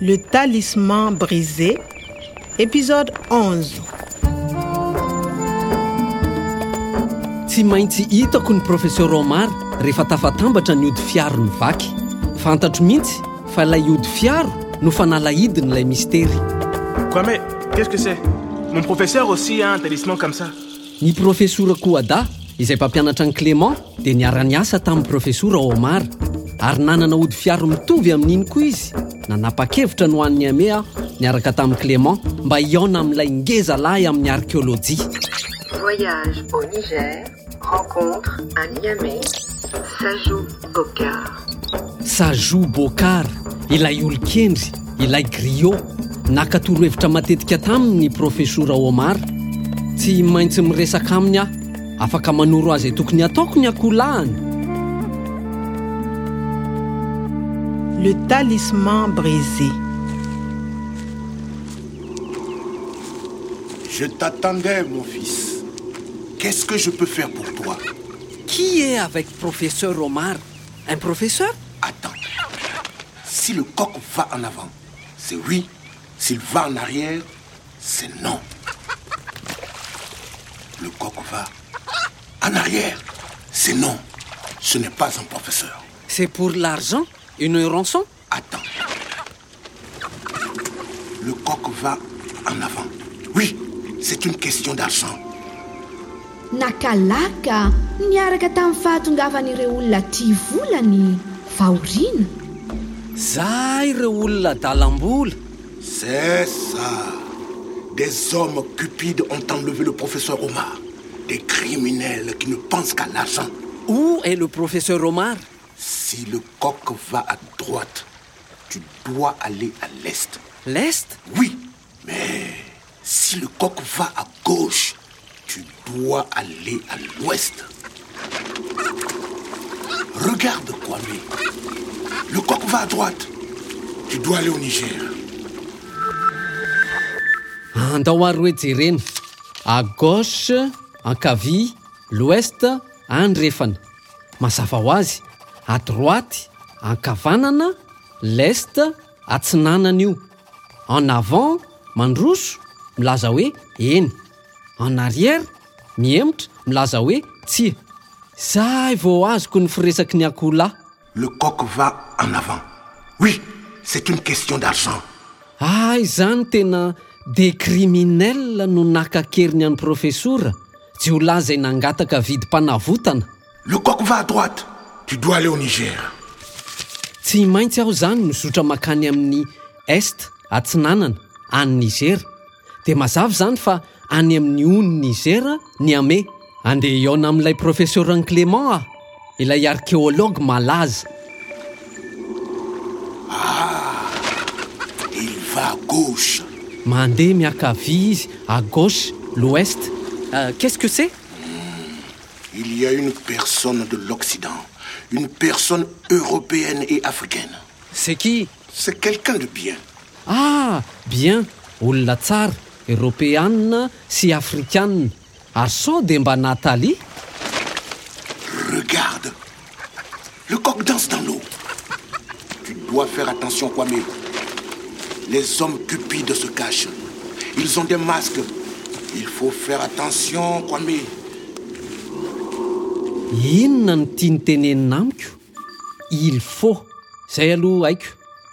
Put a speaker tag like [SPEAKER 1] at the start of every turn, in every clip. [SPEAKER 1] Le talisman brisé, épisode 11.
[SPEAKER 2] tsy maintsy hitako ny professeur omar rehefa tafatambatra ny ody fiaro ny vaky fantatro mihitsy fa ilay ody fiaro no fanalahidin'ilay mistery
[SPEAKER 3] Kwame, qu'est-ce que c'est Mon professeur aussi a un talisman comme ça.
[SPEAKER 2] ny profesora koada izay mpampianatra ny clément dia niara-ny asa tamin'ny profesora omar ary nanana ody fiaro mitovy amin'iny koa izy nanapa-kevitra no hoan'ny amea niaraka tamin'i clément mba hiaona amin'ilay ngeza lahy amin'ny arkéolôjia
[SPEAKER 4] Voyage au Niger, rencontre à Niamey, Sajou Bokar.
[SPEAKER 2] sajo bokar ilay olon-kendry ilay griot nakatoro hevitra matetika tamin'ny profesora omar tsy maintsy miresaka aminy aho afaka manoro azy e, tokony ataoko ny akolahany
[SPEAKER 1] Le talisman brisé.
[SPEAKER 5] Je t'attendais, mon fils. Qu'est-ce que je peux faire pour toi
[SPEAKER 2] qui est avec professeur omar un professeur
[SPEAKER 5] Attends. Si le coq va en avant, c'est oui. S'il va en arrière, c'est non. Le coq va en arrière, c'est non. Ce n'est pas un professeur.
[SPEAKER 2] c'est pour l'argent une rançon
[SPEAKER 5] Attends. Le coq va en avant. Oui, c'est une question d'argent.
[SPEAKER 6] nakalaka niaraka tamin'ny fahatongavan'ireo olona ti volany vahoriana
[SPEAKER 2] zahay ireo olona dalam-bola
[SPEAKER 5] C'est ça. Des hommes cupides ont enlevé le professeur Omar. Des criminels qui ne pensent qu'à l'argent.
[SPEAKER 2] où est le professeur omar
[SPEAKER 5] Si le coq va à droite, tu dois aller à l'est.
[SPEAKER 2] l'est
[SPEAKER 5] Oui, mais si le coq va à gauche, tu dois aller à l'ouest. Regarde, Kwame. Le coq va à droite. Tu dois aller au Niger.
[SPEAKER 2] andao ary hoe jerena à gauche ankavia l'ouest andrefana mazava ho azy à droite ankavanana l'est atsinanana io en avant mandroso milaza hoe eny en arrière miemotra milaza hoe tsia zay vao azoko ny firesaky ny akoholahy
[SPEAKER 5] Le coq va en avant. Oui, c'est une question d'argent.
[SPEAKER 2] ah izany tena de criminel no nakakeriny any professora tsy ho laza izay nangataka vidim-panavotana
[SPEAKER 5] Le coq va à droite. Tu dois aller au Niger.
[SPEAKER 2] tsy maintsy aho izany mizotra makany amin'ny est atsinanana any nigera dia mazavy izany fa any amin'ny ony nigera ny ame andeha iaona amin'ilay professeurany clément aho ilay arkéologue malaza
[SPEAKER 5] Il va à gauche.
[SPEAKER 2] mandeha miakavia izy à gauche l'ouest Euh, qu'est-ce que c'est
[SPEAKER 5] Il y a une personne de l'Occident, une personne européenne et africaine.
[SPEAKER 2] c'est qui
[SPEAKER 5] C'est quelqu'un de bien.
[SPEAKER 2] ah bien olona tsara européanna sy afrikanna ary sao dia mba natalia
[SPEAKER 5] Regarde. Le coq danse dans l'eau. Tu dois faire attention, Kwame. Les hommes cupides se cachent. Ils ont des masques. Il faut faire attention, Kwame.
[SPEAKER 2] inona no tia nytenenina amiko il faut zay aloha haiko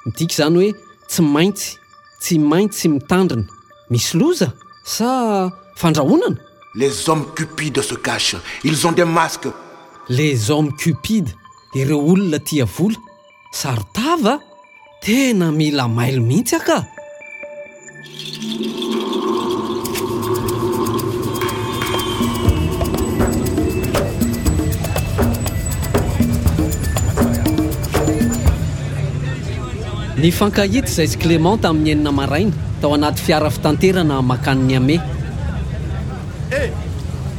[SPEAKER 2] midika izany hoe tsy maintsy tsy maintsy mitandrina misy loza sa fandrahonana
[SPEAKER 5] Les hommes cupides se cachent. Ils ont des masques.
[SPEAKER 2] les hommes cupides ireo olona tia vola sarotava tena mila mailo mihitsy aka ny fankahita izay sy clément tamin'ny enina maraina tao anaty fiara fitanterana makan'ny ame
[SPEAKER 7] Hé,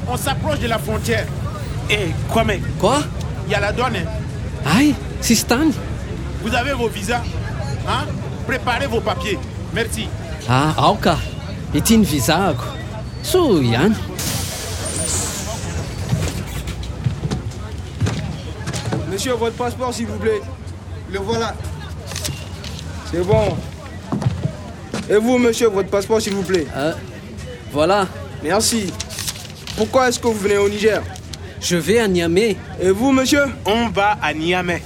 [SPEAKER 7] on s'approche de la frontière.
[SPEAKER 3] Hé, Kwame,
[SPEAKER 2] koa
[SPEAKER 7] Il y a la douane. hein.
[SPEAKER 2] ay sisy tany
[SPEAKER 7] Vous avez vos visas. Hein? Préparez vos papiers. Merci.
[SPEAKER 2] ah ao ka ity ny vizahako so ihany
[SPEAKER 8] Monsieur, votre passeport, s'il vous plaît. Le voilà. C'est bon. Et vous, monsieur, votre passeport, s'il vous plaît.
[SPEAKER 2] Euh, voilà,
[SPEAKER 8] Merci. Pourquoi est-ce que vous venez au Niger
[SPEAKER 2] je vais à Niamey.
[SPEAKER 8] Et vous, monsieur
[SPEAKER 3] On va à Niamey,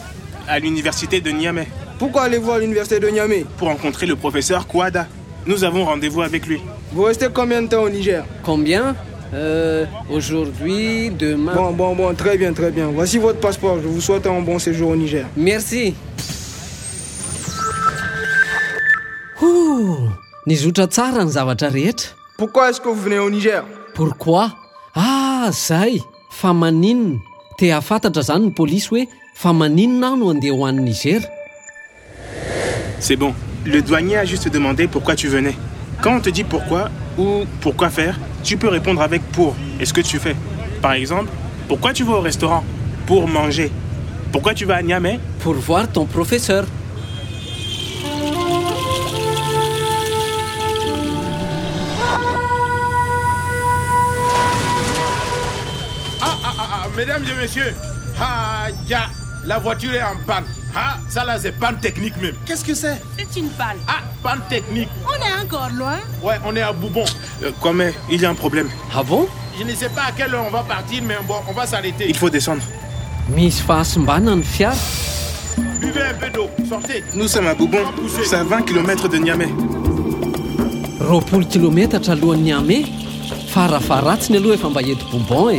[SPEAKER 3] à l'université de Niamey,
[SPEAKER 8] Pourquoi allez-vous à l'université de Niamey
[SPEAKER 3] pour rencontrer le professeur Kouada. Nous avons rendez-vous avec lui.
[SPEAKER 8] Vous restez combien de temps au Niger
[SPEAKER 2] Combien Euh, Aujourd'hui, demain.
[SPEAKER 8] Bon, bon, bon, très bien, très bien. Voici votre passeport. Je vous souhaite un bon séjour au Niger.
[SPEAKER 2] merci Ouh, nizotra tsara ny zavatra rehetra
[SPEAKER 8] Pourquoi est-ce que vous venez au Niger
[SPEAKER 2] pourquoi ah zay fa maninona te hafantatra zany ny polisy hoe fa maninona aho no andeha ho an'ny nigera
[SPEAKER 3] C'est bon. Le douanier a juste demandé pourquoi tu venais. Quand on te dit pourquoi ou pourquoi faire, tu peux répondre avec pour et ce que tu fais. Par exemple, pourquoi tu vas au restaurant Pour manger. Pourquoi tu vas à Niamey
[SPEAKER 2] pour voir ton professeur
[SPEAKER 7] Ah, ah, ah, ah, mesdames et messieurs, ah, ya, la voiture est en panne. Ah, ça là, c'est panne technique même. Qu'est-ce que c'est
[SPEAKER 9] C'est une balle.
[SPEAKER 7] Ah, panne technique.
[SPEAKER 9] On est encore loin.
[SPEAKER 7] Ouais, on est à Boubon.
[SPEAKER 3] Euh, Kwame, il y a un problème.
[SPEAKER 2] ah bon
[SPEAKER 7] Je ne sais pas à quelle heure on va partir, mais bon, on va s'arrêter.
[SPEAKER 3] Il faut descendre.
[SPEAKER 2] misy fahasimbana ny fiara
[SPEAKER 7] Buvez un peu d'eau, sortez.
[SPEAKER 3] Nous sommes à Boubon. C'est à 20 km de Niamey.
[SPEAKER 2] roapolo kilometatra alohan'ny ame farafaratsiny aloha efa mba eto bobon e